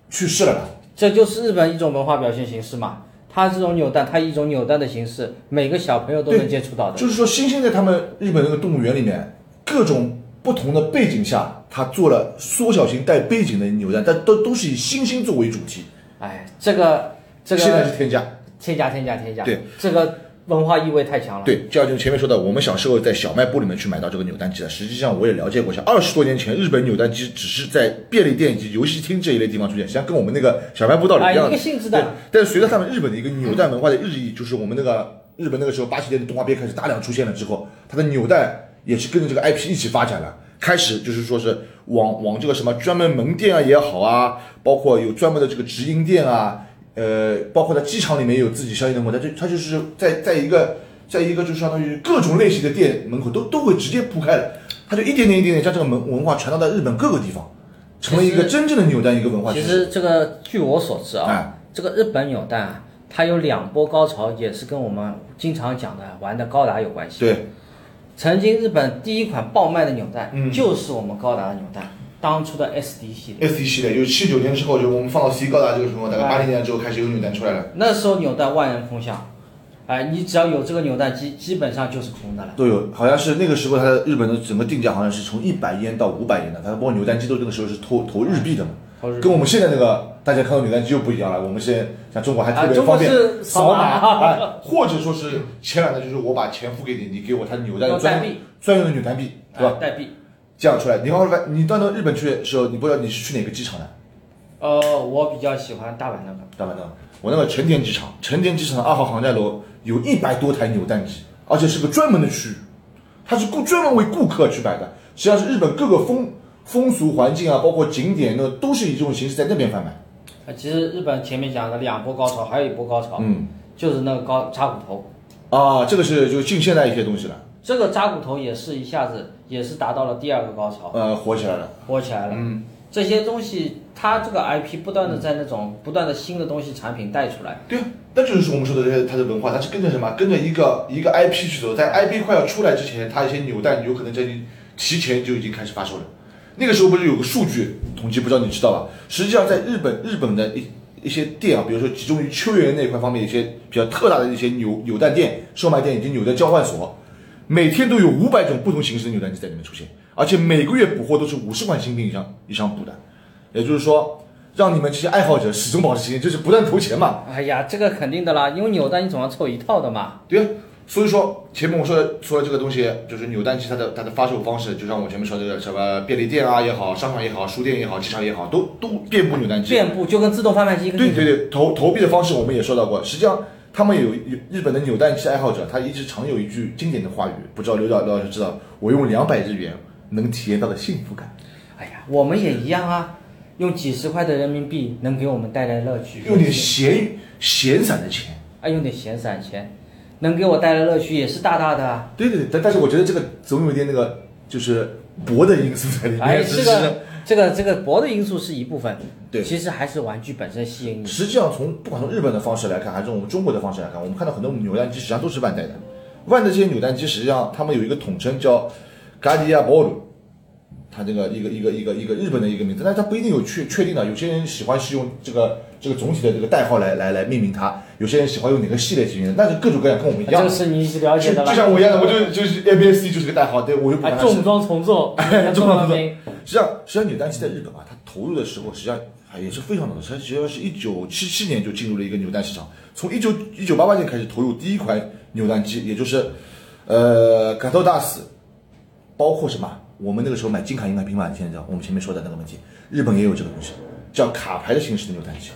Speaker 2: 去世了啦。
Speaker 3: 这就是日本一种文化表现形式嘛。它这种扭蛋，它一种扭蛋的形式，每个小朋友都能
Speaker 2: 对
Speaker 3: 接触到的。
Speaker 2: 就是说，猩猩在他们日本那个动物园里面，各种不同的背景下，它做了缩小型带背景的扭蛋，但都都是以猩猩作为主题。
Speaker 3: 哎，这个这
Speaker 2: 现在
Speaker 3: 个啊
Speaker 2: 是添加。
Speaker 3: 添加添加添加，
Speaker 2: 对，
Speaker 3: 这个文化意味太强了。，
Speaker 2: 对，就像就前面说的，我们小时候在小卖部里面去买到这个扭蛋机的，实际上我也了解过一下，二十多年前日本扭蛋机只是在便利店以及游戏厅这一类地方出现，实际上跟我们那个小卖部道理
Speaker 3: 啊，
Speaker 2: 一样
Speaker 3: 一
Speaker 2: 的
Speaker 3: 个。性质的
Speaker 2: 对，但是随着他们日本的一个扭蛋文化的日益，就是我们那个日本那个时候八十年代动画片开始大量出现了之后，它的纽带也是跟着这个 IP 一起发展了。开始就是说是往往这个什么专门门店啊也好啊，包括有专门的这个直营店啊，呃，包括在机场里面也有自己相应的门，它就它就是在在一个在一个就相当于各种类型的店门口都都会直接铺开了，它就一点点一点点将这个文文化传到到日本各个地方，成为一个真正的纽带一个文化
Speaker 3: 其
Speaker 2: 趋势。
Speaker 3: 实这个据我所知啊，
Speaker 2: 哎
Speaker 3: 这个日本扭蛋啊，它有两波高潮，也是跟我们经常讲的玩的高达有关系。，
Speaker 2: 对，
Speaker 3: 曾经日本第一款爆卖的扭蛋，
Speaker 2: 嗯
Speaker 3: 就是我们高达的扭蛋，当初的 SD 系列。
Speaker 2: S 一系列就是七九年之后，就我们放到 C 高达这个时候，大概
Speaker 3: 哎
Speaker 2: 八零年代之后开始有扭蛋出来了，
Speaker 3: 那时候扭蛋万人空巷，哎、你只要有这个扭蛋机，基本上就是空的了。
Speaker 2: 都有，好像是那个时候它的日本的整个定价好像是从一百烟到五百烟的，它包括扭蛋机都那个时候是投投日币的嘛
Speaker 3: 投日，币
Speaker 2: 跟我们现在那个大家看到扭蛋机又不一样了。我们现在像中国还特别
Speaker 3: 啊中国
Speaker 2: 方便
Speaker 3: 是扫
Speaker 2: 扫
Speaker 3: 码
Speaker 2: 码， 哎，或者说是前两天就是我把钱付给你，你给我它扭蛋
Speaker 3: 用
Speaker 2: 专
Speaker 3: 代
Speaker 2: 用
Speaker 3: 币
Speaker 2: 专用的扭蛋币，对吧？
Speaker 3: 哎代币。
Speaker 2: 这样出来，你后来你到那日本去的时候，你不知道你是去哪个机场的？
Speaker 3: 呃，我比较喜欢大阪那个。
Speaker 2: 大阪站，我那个成田机场，成田机场的二号航站楼有一百多台扭蛋机，而且是个专门的区域，它是顾专门为顾客去摆的。实际上是日本各个风风俗环境啊，包括景点呢，都是以这种形式在那边贩卖。
Speaker 3: 啊，其实日本前面讲的两波高潮，还有一波高潮，
Speaker 2: 嗯，
Speaker 3: 就是那个高扎古头。
Speaker 2: 啊，这个是就近现代一些东西了，
Speaker 3: 这个扎古头也是一下子也是达到了第二个高潮，
Speaker 2: 呃，火起来了。
Speaker 3: 火起来了。
Speaker 2: 嗯，
Speaker 3: 这些东西，它这个 IP 不断的在那种不断的新的东西产品带出来，
Speaker 2: 对啊，那就是我们说的这些它的文化，它是跟着什么？跟着一个一个 IP 去走，在 IP 快要出来之前，它一些扭蛋有可能在你提前就已经开始发售了。那个时候不是有个数据统计，不知道你知道吧？实际上在日本日本的一一些店啊，比如说集中于秋园那一块方面，一些比较特大的一些扭扭蛋店、售卖店以及扭蛋交换所，每天都有五百种不同形式的扭蛋机在里面出现，而且每个月补货都是五十款新品以上以上补的，也就是说。让你们这些爱好者始终保持新鲜，就是不断投钱嘛。
Speaker 3: 哎呀，这个肯定的啦，因为扭蛋你总要凑一套的嘛。
Speaker 2: 对啊，所以说前面我说的说的这个东西，就是扭蛋机它的它的发售方式，就像我前面说的这个什么便利店啊也好，商场也好，书店也好，机场也好，都都遍布扭蛋机。
Speaker 3: 遍布就跟自动贩卖机一个
Speaker 2: 对
Speaker 3: 地
Speaker 2: 对
Speaker 3: 方，
Speaker 2: 对，投投币的方式我们也说到过。实际上，他们有有日本的扭蛋机爱好者，他一直常有一句经典的话语，不知道刘导刘老师知道，我用两百日元能体验到的幸福感。
Speaker 3: 哎呀，我们也一样啊，用几十块的人民币能给我们带来乐趣，
Speaker 2: 用点闲闲散的钱。
Speaker 3: 哎，用点闲散钱，能给我带来乐趣也是大大的啊。
Speaker 2: 对对对，但但是我觉得这个总有一点那个就是薄的因素在里面。
Speaker 3: 哎，
Speaker 2: 实际
Speaker 3: 这
Speaker 2: 上
Speaker 3: 个这个这个薄的因素是一部分，
Speaker 2: 对
Speaker 3: 其实还是玩具本身吸引你。
Speaker 2: 实际上从不管从日本的方式来看，还是我们中国的方式来看，我们看到很多扭蛋机实际上都是万代的。万代这些扭蛋机实际上他们有一个统称叫嘎迪亚波鲁，它这个一个一个一个一个日本的一个名字，但是它不一定有确确定啊的。有些人喜欢是用这个这个总体的这个代号来来来命名它，有些人喜欢用哪个系列去命名，那就各种各样，跟我们一
Speaker 3: 这
Speaker 2: 样
Speaker 3: 个。啊是你了解
Speaker 2: 就
Speaker 3: 的
Speaker 2: 就
Speaker 3: 啦。
Speaker 2: 像我一样的，我就就是 A B S C 就是个代号，对我就不
Speaker 3: 啊
Speaker 2: 管，它是
Speaker 3: 重装重做，
Speaker 2: 重装重做
Speaker 3: 名。
Speaker 2: 实际上，实际上扭蛋机在日本啊，它投入的时候实际上啊也是非常早的，它实际上是一九七七年就进入了一个扭蛋市场，从一九一九八八年开始投入第一款扭蛋机，也就是呃 g a t o d a s 包括什么？我们那个时候买金卡、银卡、平板，现在知道我们前面说的那个问题，日本也有这个东西，叫卡牌的形式的扭蛋机。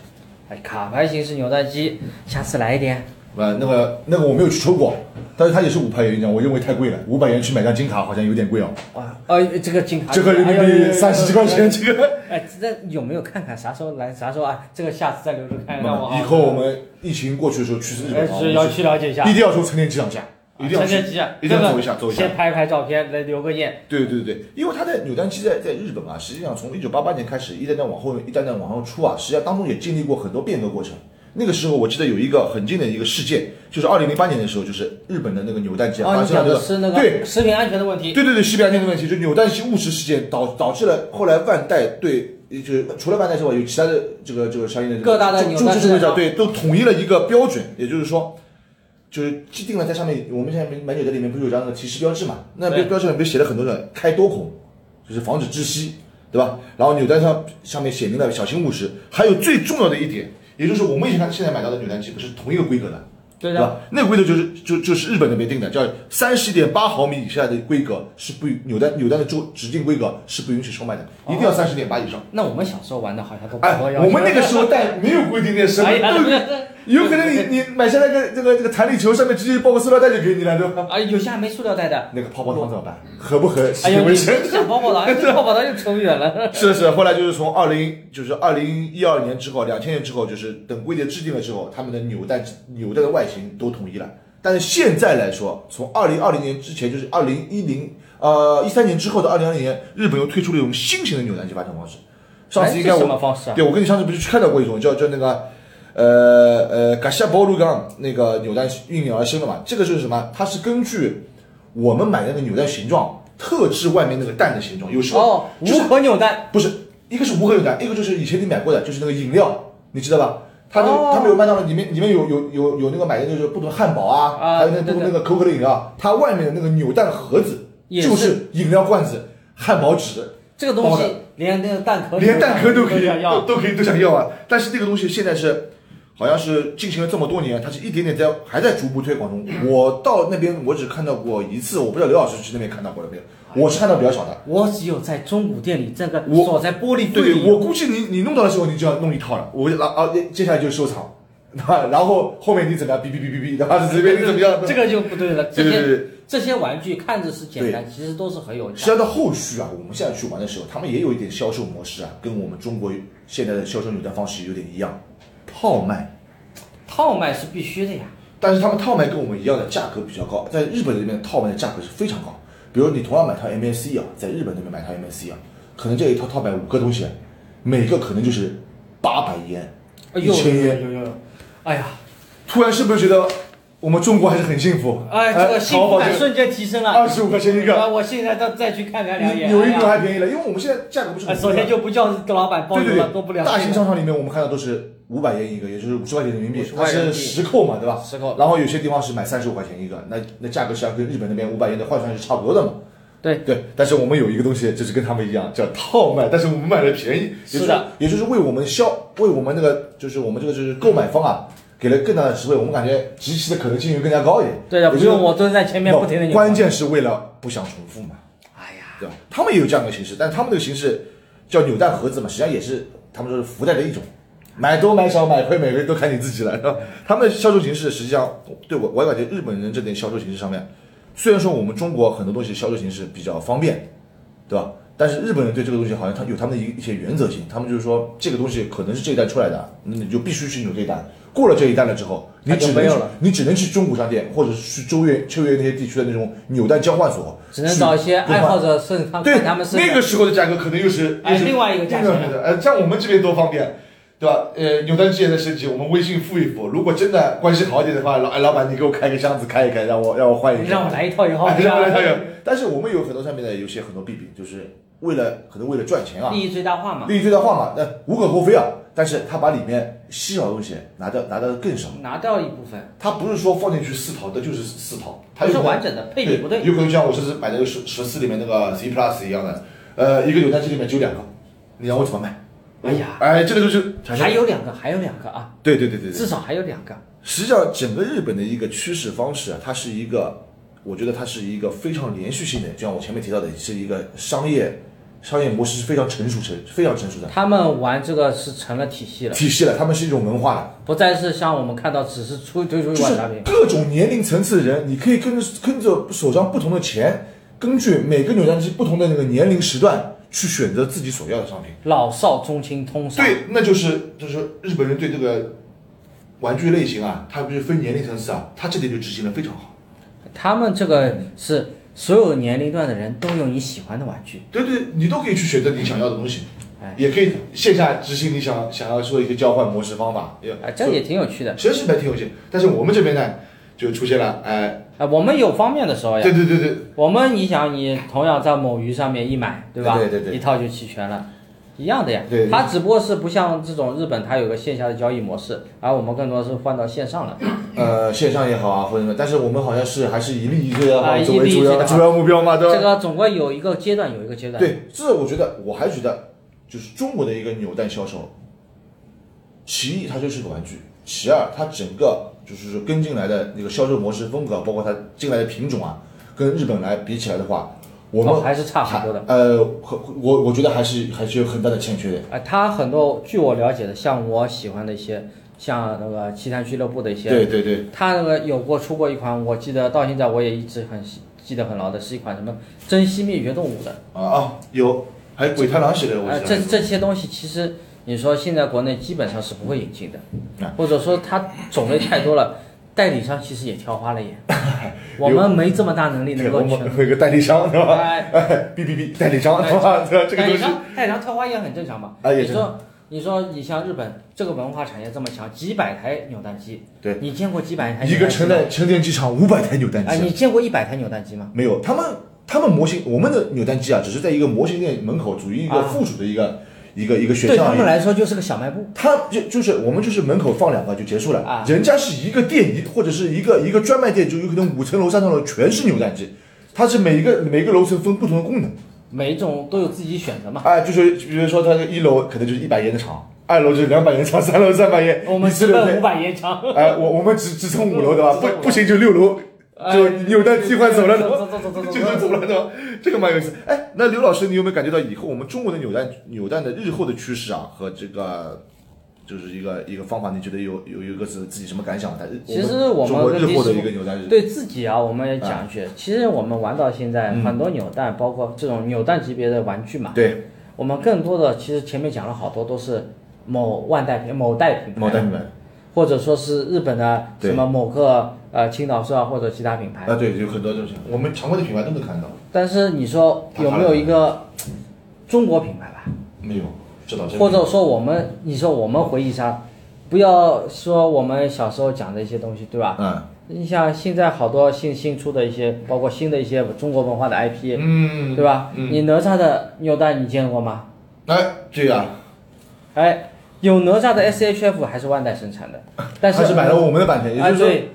Speaker 3: 哎，卡牌形式扭蛋机，下次来一点。
Speaker 2: 呃，那个那个我没有去抽过，但是它也是五百元一张，我认为太贵了，五百元去买张金卡好像有点贵哦，
Speaker 3: 哇，呃，这个金卡，
Speaker 2: 这个人民
Speaker 3: 哎呦
Speaker 2: 币三十几块钱，。这个。
Speaker 3: 哎哎，这有没有看看啥时候来？啥时候啊？这个下次再留着看，让我
Speaker 2: 以后我们疫情过去的时候去日
Speaker 3: 哎
Speaker 2: 本啊，我
Speaker 3: 是
Speaker 2: 们
Speaker 3: 要去了解一下
Speaker 2: 一。定要从成田机场下，一定要去
Speaker 3: 趁机啊，
Speaker 2: 一定要
Speaker 3: 这
Speaker 2: 走
Speaker 3: 个
Speaker 2: 一下，走一下。
Speaker 3: 先拍拍照片，来留个念。
Speaker 2: 对对对，因为它的扭蛋机在在日本啊，实际上从一九八八年开始，一代代往后，一代代往后出啊，实际上当中也经历过很多变革过程。那个时候我记得有一个很近的一个事件，就是二零零八年的时候，就是日本的那个扭蛋机啊
Speaker 3: 哦，
Speaker 2: 发
Speaker 3: 你
Speaker 2: 生了
Speaker 3: 讲
Speaker 2: 这
Speaker 3: 的
Speaker 2: 个
Speaker 3: 是那
Speaker 2: 对
Speaker 3: 个食品安全的问题。
Speaker 2: 对对对，西班牙那个问题，就扭蛋机误食事件导导致了后来万代对，呃就是除了万代之外，有其他的这个这个商业的这个
Speaker 3: 各大的
Speaker 2: 注
Speaker 3: 扭蛋
Speaker 2: 注册
Speaker 3: 市
Speaker 2: 者
Speaker 3: 场
Speaker 2: 对都统一了一个标准，也就是说，就是既定了在上面，我们现在买扭蛋里面不是有张那个提示标志嘛？那标
Speaker 3: 对
Speaker 2: 标志上面不是写了很多的开多孔，就是防止窒息，对吧？然后扭蛋上上面写明了小心误食，还有最重要的一点，也就是我们以前现在买到的扭蛋机不是同一个规格的。
Speaker 3: 对
Speaker 2: 对
Speaker 3: 的。
Speaker 2: 吧？那个规则就是就就是日本那边定的，叫三十点八毫米以下的规格是不允扭蛋扭蛋的周直径规格是不允许售卖的，一定要三十点八以上。
Speaker 3: 那我们小时候玩的好像都不
Speaker 2: 哎，
Speaker 3: 哦多要求
Speaker 2: 我们那个时候但没有规定那什么
Speaker 3: 哎呀
Speaker 2: 都
Speaker 3: 不是
Speaker 2: 有，有可能你你买下来个这个这个弹力球，上面直接包个塑料袋就给你了，对吧？
Speaker 3: 啊，有些还没塑料袋的。
Speaker 2: 那个泡泡糖怎么办？合不合
Speaker 3: 哎呦，
Speaker 2: 行
Speaker 3: 你
Speaker 2: 不
Speaker 3: 你
Speaker 2: 行？
Speaker 3: 想泡 泡糖，哎这泡泡糖又扯远了。
Speaker 2: 是的是的，后来就是从二零就是二零一二年之后，两千年之后，就是等规则制定了之后，他们的纽带纽带的外形都统一了。但是现在来说，从二零二零年之前，就是二零一零呃一三年之后的二零二零年，日本又推出了一种新型的扭蛋机发展方式。上次应该
Speaker 3: 哎这
Speaker 2: 我
Speaker 3: 什么方式啊？
Speaker 2: 对，我跟你上次不是去看到过一种叫叫那个，呃呃，嘎夏波鲁港那个扭蛋应运而生的嘛。这个就是什么？它是根据我们买的那个扭蛋形状特制外面那个蛋的形状。有时候
Speaker 3: 哦，
Speaker 2: 就是
Speaker 3: 无壳扭蛋。
Speaker 2: 不是一个是无核扭蛋，一个就是以前你买过的，就是那个饮料，你知道吧？它那个、
Speaker 3: 哦
Speaker 2: 它没有麦当劳里面里面有有有有那个买的就是不同的汉堡啊，
Speaker 3: 啊
Speaker 2: 还有那
Speaker 3: 对
Speaker 2: 不
Speaker 3: 对
Speaker 2: 同那个可口可乐饮料，啊它外面的那个扭蛋盒子
Speaker 3: 也是哦
Speaker 2: 就是饮料罐子、汉堡纸。
Speaker 3: 这个东
Speaker 2: 包
Speaker 3: 西
Speaker 2: 的
Speaker 3: 连那个蛋壳里
Speaker 2: 连
Speaker 3: 面
Speaker 2: 蛋壳都可以
Speaker 3: 要
Speaker 2: 都都可以都想要啊。但是这个东西现在是，好像是进行了这么多年，它是一点点在还在逐步推广中。我到那边我只看到过一次，我不知道刘老师去那边看到过没有，我是看到比较少的。
Speaker 3: 我只有在中古店里这个
Speaker 2: 我
Speaker 3: 锁在玻璃柜
Speaker 2: 对，
Speaker 3: 里，
Speaker 2: 我估计你你弄到的时候你就要弄一套了，我然啊接下来就收藏， 对吧？然后后面你怎么样，哔哔哔哔哔，对吧？随便你怎么样，
Speaker 3: 这个就不对了。这
Speaker 2: 对对对
Speaker 3: 些这些玩具看着是简单，其实都是很有
Speaker 2: 实际
Speaker 3: 价。
Speaker 2: 上到后续啊，我们现在去玩的时候，他们也有一点销售模式啊，跟我们中国现在的销售扭蛋方式有点一样，套卖。
Speaker 3: 套卖是必须的呀，
Speaker 2: 但是他们套卖跟我们一样的价格比较高，在日本这边套卖的价格是非常高。比如你同样买套 MSC 啊，在日本那边买套 MSC 啊，可能这一套套买五个东西，每个可能就是八百烟、
Speaker 3: 哎
Speaker 2: 一
Speaker 3: 呦
Speaker 2: 千烟。
Speaker 3: 呦呦，哎呀，
Speaker 2: 突然是不是觉得我们中国还是很幸福？
Speaker 3: 哎，这个幸
Speaker 2: 淘
Speaker 3: 福
Speaker 2: 宝
Speaker 3: 感
Speaker 2: 就
Speaker 3: 瞬间提升
Speaker 2: 二
Speaker 3: 了。
Speaker 2: 十五块钱一
Speaker 3: 啊，
Speaker 2: 个，
Speaker 3: 我现在再再去看看两眼。
Speaker 2: 纽
Speaker 3: 哎
Speaker 2: 约
Speaker 3: 呀
Speaker 2: 牛还便宜了，因为我们现在价格不是
Speaker 3: 哎
Speaker 2: 很低啊。
Speaker 3: 首先就不叫老板包
Speaker 2: 对
Speaker 3: 邮
Speaker 2: 对
Speaker 3: 了，多不
Speaker 2: 对，
Speaker 3: 了
Speaker 2: 大型
Speaker 3: 解。
Speaker 2: 商场里面我们看到都是五百元一个，也就是五十块钱人民币，
Speaker 3: 50
Speaker 2: 它
Speaker 3: 块人
Speaker 2: 是
Speaker 3: 民币
Speaker 2: 实扣嘛，对吧？
Speaker 3: 实扣
Speaker 2: 然后有些地方是买三十五块钱一个，那那价格实际上跟日本那边五百元的换算是差不多的嘛。
Speaker 3: 对
Speaker 2: 对，但是我们有一个东西就是跟他们一样叫套卖，但是我们买的便宜，也就是
Speaker 3: 的，
Speaker 2: 也就是为我们消为我们那个就是我们这个就是购买方啊。给了更大的实惠，我们感觉集齐的可能性就更加高一点。
Speaker 3: 对的，
Speaker 2: 也
Speaker 3: 不
Speaker 2: 就是
Speaker 3: 用我蹲在前面不停的扭。
Speaker 2: 关键是为了不想重复嘛。
Speaker 3: 哎呀，
Speaker 2: 对吧？他们也有这样一个形式，但是他们那个形式叫扭蛋盒子嘛，实际上也是他们说是福袋的一种，买多买少买亏每亏都看你自己了，是吧？
Speaker 3: 嗯
Speaker 2: 他们的销售形式实际上对我我也感觉日本人这点销售形式上面，虽然说我们中国很多东西销售形式比较方便，对吧？但是日本人对这个东西好像他有他们的一一些原则性，他们就是说这个东西可能是这一代出来的，那你就必须去扭这一代。过了这一代了之后，你
Speaker 3: 它就
Speaker 2: 只能
Speaker 3: 没有
Speaker 2: 去
Speaker 3: 了
Speaker 2: 你只能去中古商店或者是去周越秋叶那些地区的那种扭蛋交换所，
Speaker 3: 只能找一些
Speaker 2: 去兑
Speaker 3: 爱
Speaker 2: 换
Speaker 3: 好者甚看
Speaker 2: 对，
Speaker 3: 看他们是
Speaker 2: 那个时候的价格可能又是
Speaker 3: 哎
Speaker 2: 又是
Speaker 3: 另外一个价钱了
Speaker 2: 另外一个呃，像我们这边多方便，对吧？呃，扭蛋机也在升级，我们微信付一付。如果真的关系好一点的话，老哎老板你给我开个箱子开一开，让我让我换一个，
Speaker 3: 让我来一套也好，
Speaker 2: 哎
Speaker 3: 不
Speaker 2: 让我来
Speaker 3: 是
Speaker 2: 一
Speaker 3: 吧
Speaker 2: 个。但是我们有很多上面的有些很多弊病，就是为了可能为了赚钱啊，
Speaker 3: 利益最大化嘛。
Speaker 2: 利益最大化嘛，那无可厚非啊。但是他把里面稀少的东西拿掉拿掉的更少，
Speaker 3: 拿掉一部分，
Speaker 2: 他不是说放进去四套，那就是四套，它
Speaker 3: 不
Speaker 2: 有
Speaker 3: 是
Speaker 2: 可能
Speaker 3: 完整的，配比不对。
Speaker 2: 有可能像我这次买那个十十四里面那个 Z Plus 一样的，呃，一个扭蛋机里面只有两个，你让我怎么卖？
Speaker 3: 哎呀，
Speaker 2: 哎，这个就是
Speaker 3: 还有两个，还有两个啊，
Speaker 2: 对对对对
Speaker 3: 至
Speaker 2: 对，
Speaker 3: 少还有两个。
Speaker 2: 实际上整个日本的一个趋势方式啊，它是一个，我觉得它是一个非常连续性的，就像我前面提到的，是一个商业商业模式是非常成熟成非常成熟的
Speaker 3: 他们玩这个是成了体系了，
Speaker 2: 体系了，他们是一种文化了。
Speaker 3: 不再是像我们看到只是出推出一
Speaker 2: 就
Speaker 3: 款
Speaker 2: 是
Speaker 3: 产品。
Speaker 2: 各种年龄层次的人，你可以跟着跟着手上不同的钱，根据每个扭蛋机不同的那个年龄时段去选择自己所要的商品。
Speaker 3: 老少中青通杀，
Speaker 2: 对，那就是就是日本人对这个玩具类型啊，它不是分年龄层次啊，它这点就执行的非常好。
Speaker 3: 他们这个是所有年龄段的人都有你喜欢的玩具。
Speaker 2: 对对，你都可以去选择你想要的东西
Speaker 3: 哎，
Speaker 2: 也可以线下执行你想想要做一些交换模式方法。也
Speaker 3: 啊，这也挺有趣的。
Speaker 2: 其实是蛮挺有趣，但是我们这边呢，就出现了哎，
Speaker 3: 啊，我们有方面的时候
Speaker 2: 对
Speaker 3: 哎呀，
Speaker 2: 对对对，
Speaker 3: 我们你想，你同样在某鱼上面一买，吧？
Speaker 2: 对对对对
Speaker 3: 一套就齐全了，一样的呀。
Speaker 2: 对对
Speaker 3: 它只不过是不像这种日本，它有个线下的交易模式，而我们更多是换到线上了。
Speaker 2: 呃，线上也好啊，或者什么，但是我们好像是还是以利益最大化
Speaker 3: 啊
Speaker 2: 作为
Speaker 3: 以利益
Speaker 2: 主
Speaker 3: 最
Speaker 2: 要
Speaker 3: 大化
Speaker 2: 主要目标嘛，对吧？
Speaker 3: 这个总归有一个阶段，有一个阶段。，
Speaker 2: 对，这我觉得我还觉得就是中国的一个扭蛋销售，其一它就是个玩具，其二它整个就是说跟进来的那个销售模式风格，包括它进来的品种啊，跟日本来比起来的话，我们、
Speaker 3: 哦还是差很多的。
Speaker 2: 呃，和我
Speaker 3: 呃
Speaker 2: 我觉得还是还是有很大的欠缺的。
Speaker 3: 啊，它很多，据我了解的，像我喜欢的一些像那个棋坛俱乐部的一些，
Speaker 2: 对对对，
Speaker 3: 它那个有过出过一款，我记得到现在我也一直很喜记得很牢的，是一款什么珍稀灭绝动物的。
Speaker 2: 啊啊有，还有鬼太郎系列，我
Speaker 3: 啊，
Speaker 2: 记
Speaker 3: 这
Speaker 2: 得。
Speaker 3: 这些东西其实你说现在国内基本上是不会引进的
Speaker 2: 啊，
Speaker 3: 或者说它种类太多了，代理商其实也挑 花了眼，我们没这么大能力能
Speaker 2: 对，
Speaker 3: 够
Speaker 2: 我
Speaker 3: 去
Speaker 2: 们。会有个代理商是吧？
Speaker 3: 哎
Speaker 2: 哎， 哔哔哔，代理商是吧？对吧？ 这个
Speaker 3: 代
Speaker 2: 东
Speaker 3: 理
Speaker 2: 西
Speaker 3: 商代理商挑花也很正常嘛。
Speaker 2: 啊也
Speaker 3: 你
Speaker 2: 正
Speaker 3: 说你说你像日本这个文化产业这么强，几百台扭蛋机，
Speaker 2: 对
Speaker 3: 你见过几百台扭蛋机
Speaker 2: 一
Speaker 3: 吗？
Speaker 2: 个成蛋成电机厂五百台扭蛋
Speaker 3: 哎，你
Speaker 2: 机，
Speaker 3: 见过一百台扭蛋机吗？
Speaker 2: 没有他们他们模型，我们的扭蛋机啊，只是在一个模型店门口处于一个
Speaker 3: 啊
Speaker 2: 附属的一个一个一个选
Speaker 3: 对
Speaker 2: 项
Speaker 3: 他
Speaker 2: 而已
Speaker 3: 们。来说就是个小卖部。
Speaker 2: 他就就是我们就是门口放两个就结束了，
Speaker 3: 啊
Speaker 2: 人家是一个店一或者是一个一个专卖店，就有可能五层楼三层楼全是扭蛋机，它是每一个每个楼层分不同的功能，
Speaker 3: 每一种都有自己选择嘛。
Speaker 2: 哎，就是比如说它这一楼可能就是一百元的厂，二楼就是两百元厂，三楼三百元，
Speaker 3: 我们
Speaker 2: 四
Speaker 3: 是
Speaker 2: 楼
Speaker 3: 奔五百延长，
Speaker 2: 哎，我我们只只剩五楼对吧？
Speaker 3: 只剩
Speaker 2: 不
Speaker 3: 五楼
Speaker 2: 不行就六楼， 就
Speaker 3: 哎
Speaker 2: 扭蛋机换走了，对吧
Speaker 3: 走走走走走
Speaker 2: 就能走了对吧？这个蛮有意思。哎，那刘老师，你有没有感觉到以后我们中国的扭蛋扭蛋的日后的趋势啊，和这个就是一个一个方法，你觉得有有有一个自自己什么感想？但
Speaker 3: 其实我们
Speaker 2: 中国日后的
Speaker 3: 跟
Speaker 2: 一个扭蛋日，
Speaker 3: 对自己啊，我们也讲一句，其实我们玩到现在，很多扭
Speaker 2: 嗯
Speaker 3: 蛋，包括这种扭蛋级别的玩具嘛，
Speaker 2: 对
Speaker 3: 我们更多的其实前面讲了好多都是某万代品、某代品牌，
Speaker 2: 毛蛋品牌
Speaker 3: 或者说是日本的
Speaker 2: 对
Speaker 3: 什么某个呃青岛社啊或者其他品牌
Speaker 2: 啊，，对，有很多这种，我们常规的品牌都能看到，
Speaker 3: 但是你说有没有一个中国品牌吧？
Speaker 2: 没有，这倒真没有
Speaker 3: 或者说我们，你说我们回忆杀，不要说我们小时候讲的一些东西，对吧？
Speaker 2: 嗯
Speaker 3: 你像现在好多新新出的一些，包括新的一些中国文化的 IP，、
Speaker 2: 嗯，
Speaker 3: 对吧？
Speaker 2: 嗯
Speaker 3: 你哪吒的扭蛋你见过吗？
Speaker 2: 哎，对呀，
Speaker 3: 哎，有哪吒的 SHF 还是万代生产的，但是
Speaker 2: 他是买了我们的版权，也
Speaker 3: 啊
Speaker 2: 就是说
Speaker 3: 对，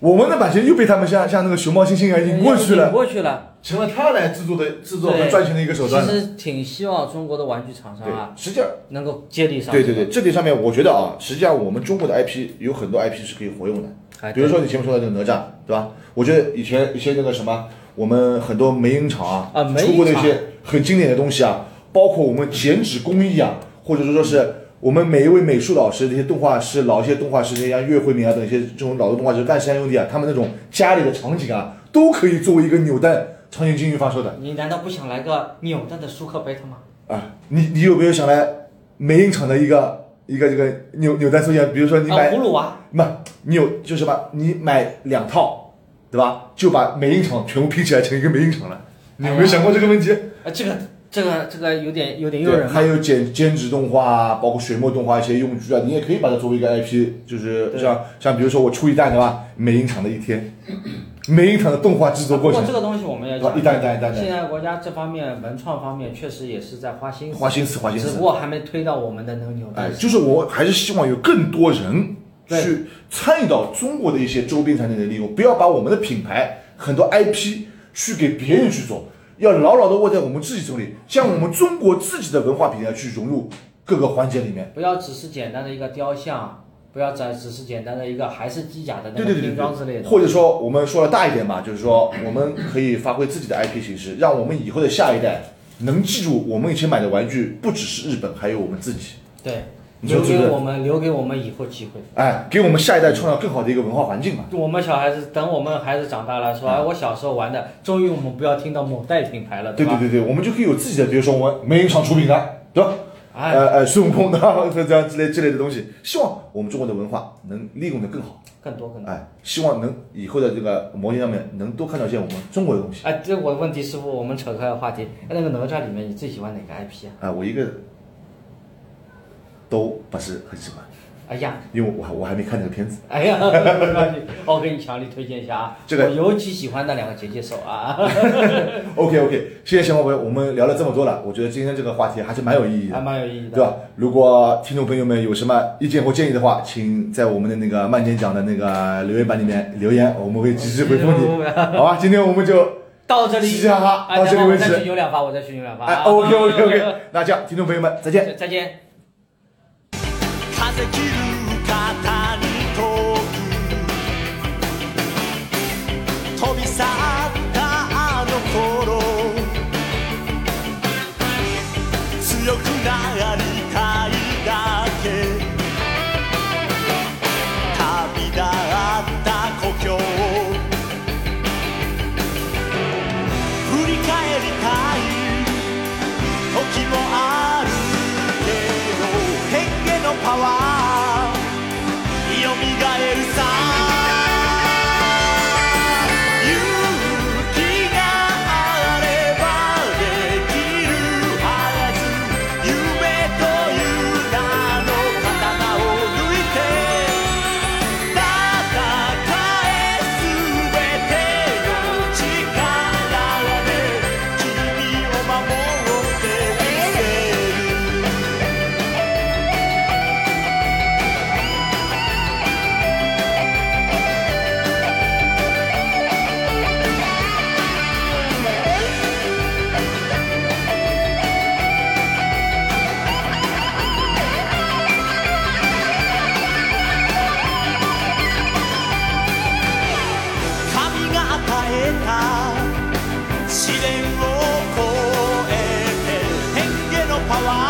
Speaker 2: 我们的版权又被他们像像那个熊猫星星啊引过去
Speaker 3: 引
Speaker 2: 了，
Speaker 3: 过去了，
Speaker 2: 成了他来制作的制作和
Speaker 3: 对
Speaker 2: 赚钱的一个手段
Speaker 3: 其
Speaker 2: 了。
Speaker 3: 实挺希望中国的玩具厂商
Speaker 2: 对
Speaker 3: 啊，
Speaker 2: 实际上，
Speaker 3: 能够接力上。
Speaker 2: 对对对，，这点上面我觉得啊，实际上我们中国的 IP 有很多 IP 是可以活用的，
Speaker 3: 哎，
Speaker 2: 比如说你前面说的那个哪吒，对吧？我觉得以前一些那个什么，我们很多梅影厂啊，
Speaker 3: 啊梅影
Speaker 2: 出过的一些很经典的东西啊，包括我们剪纸工艺啊，或者说是我们每一位美术老师、那些动画师、老一些动画师，那些像岳慧敏啊等一些这种老的动画师，万山优弟啊，他们那种家里的场景啊，都可以作为一个扭蛋场景进行发售的
Speaker 3: 你难道不想来个扭蛋的舒克贝特吗？
Speaker 2: 啊。你你有没有想来梅影厂的一个一个这个扭扭蛋出现？比如说你
Speaker 3: 啊
Speaker 2: 买，
Speaker 3: 葫芦娃。
Speaker 2: 不，你有就是吧，你买两套，对吧？就把美影厂全部拼起来成一个美影厂了。你有没有想过这个问题？
Speaker 3: 啊，这个这个这个有点有点诱
Speaker 2: 对，
Speaker 3: 人嘛
Speaker 2: 还。有剪剪纸动画啊，包括水墨动画一些用具啊，你也可以把它作为一个 IP，就是
Speaker 3: 对
Speaker 2: 像像比如说我出一弹对吧？美影厂的一天，美影厂的动画制作
Speaker 3: 不
Speaker 2: 过
Speaker 3: 过
Speaker 2: 程
Speaker 3: 这，个东西我们要
Speaker 2: 对吧？一，
Speaker 3: 讲
Speaker 2: 弹一弹一弹一
Speaker 3: 现
Speaker 2: 弹，
Speaker 3: 在国家这方面文创方面确实也是在花心思，
Speaker 2: 花心思花心
Speaker 3: 只
Speaker 2: 思
Speaker 3: 不。过还没推到我们的那个扭
Speaker 2: 哎，
Speaker 3: 蛋。
Speaker 2: 就是我还是希望有更多人
Speaker 3: 对
Speaker 2: 去参与到中国的一些周边产品的利用，不要把我们的品牌很多 IP 去给别人去做，要牢牢的握在我们自己手里，将我们中国自己的文化品牌去融入各个环节里面。
Speaker 3: 不要只是简单的一个雕像，不要再只是简单的一个还是机甲的那
Speaker 2: 对
Speaker 3: 个
Speaker 2: 对对
Speaker 3: 拼装之
Speaker 2: 对
Speaker 3: 类
Speaker 2: 对，
Speaker 3: 的。
Speaker 2: 或者说我们说的大一点吧，就是说我们可以发挥自己的 IP 形式，让我们以后的下一代能记住我们以前买的玩具不只是日本，还有我们自己。
Speaker 3: 对，
Speaker 2: 你说
Speaker 3: 留
Speaker 2: 对不
Speaker 3: 给
Speaker 2: 对
Speaker 3: 我们留给我们以后机会。
Speaker 2: 哎，给我们下一代创造更好的一个文化环境嘛。
Speaker 3: 我们小孩子等我们孩子长大了，
Speaker 2: 嗯
Speaker 3: 说哎，我小时候玩的，终于我们不要听到某代品牌了，
Speaker 2: 对
Speaker 3: 吧？
Speaker 2: 对对对，我们就可以有自己的，比如说我们美影厂出品的，对吧？
Speaker 3: 哎
Speaker 2: 呃呃，孙悟空的 这样之类之类的东西，希望我们中国的文化能利用的更好，
Speaker 3: 更多更多。
Speaker 2: 哎，希望能以后的这个模型上面能多看到一些我们中国的东西。
Speaker 3: 哎，这我问题师傅，我们扯开了话题。哎，那个哪吒里面你最喜欢哪个 IP 啊？
Speaker 2: 啊，我一个都不是很喜欢，
Speaker 3: 哎呀，
Speaker 2: 因为我还我还没看那个片子。
Speaker 3: 哎呀， 没关系我给你强力推荐一下啊，
Speaker 2: 这个
Speaker 3: 我尤其喜欢那两个结界手 啊，
Speaker 2: OK OK，谢谢小宝贝，我们聊了这么多了，我觉得今天这个话题还是蛮有意义的
Speaker 3: 还。蛮有意义
Speaker 2: 对
Speaker 3: 的。
Speaker 2: 吧？如果听众朋友们有什么意见或建议的话，请在我们的那个慢点讲的那个留言板里面留言，我们会及时回复 你。好吧，今天我们就
Speaker 3: 到这里，
Speaker 2: 嘻嘻哈哈
Speaker 3: 哎
Speaker 2: 啊到这里
Speaker 3: 等会儿
Speaker 2: 为止
Speaker 3: 我再去扭两发，我再去扭两发啊。
Speaker 2: 哎，OK OK OK，那这样，听众朋友们再见。
Speaker 3: 再再见。
Speaker 1: 風切る肩に遠く飛び去ったあの頃強くなりたいだけわ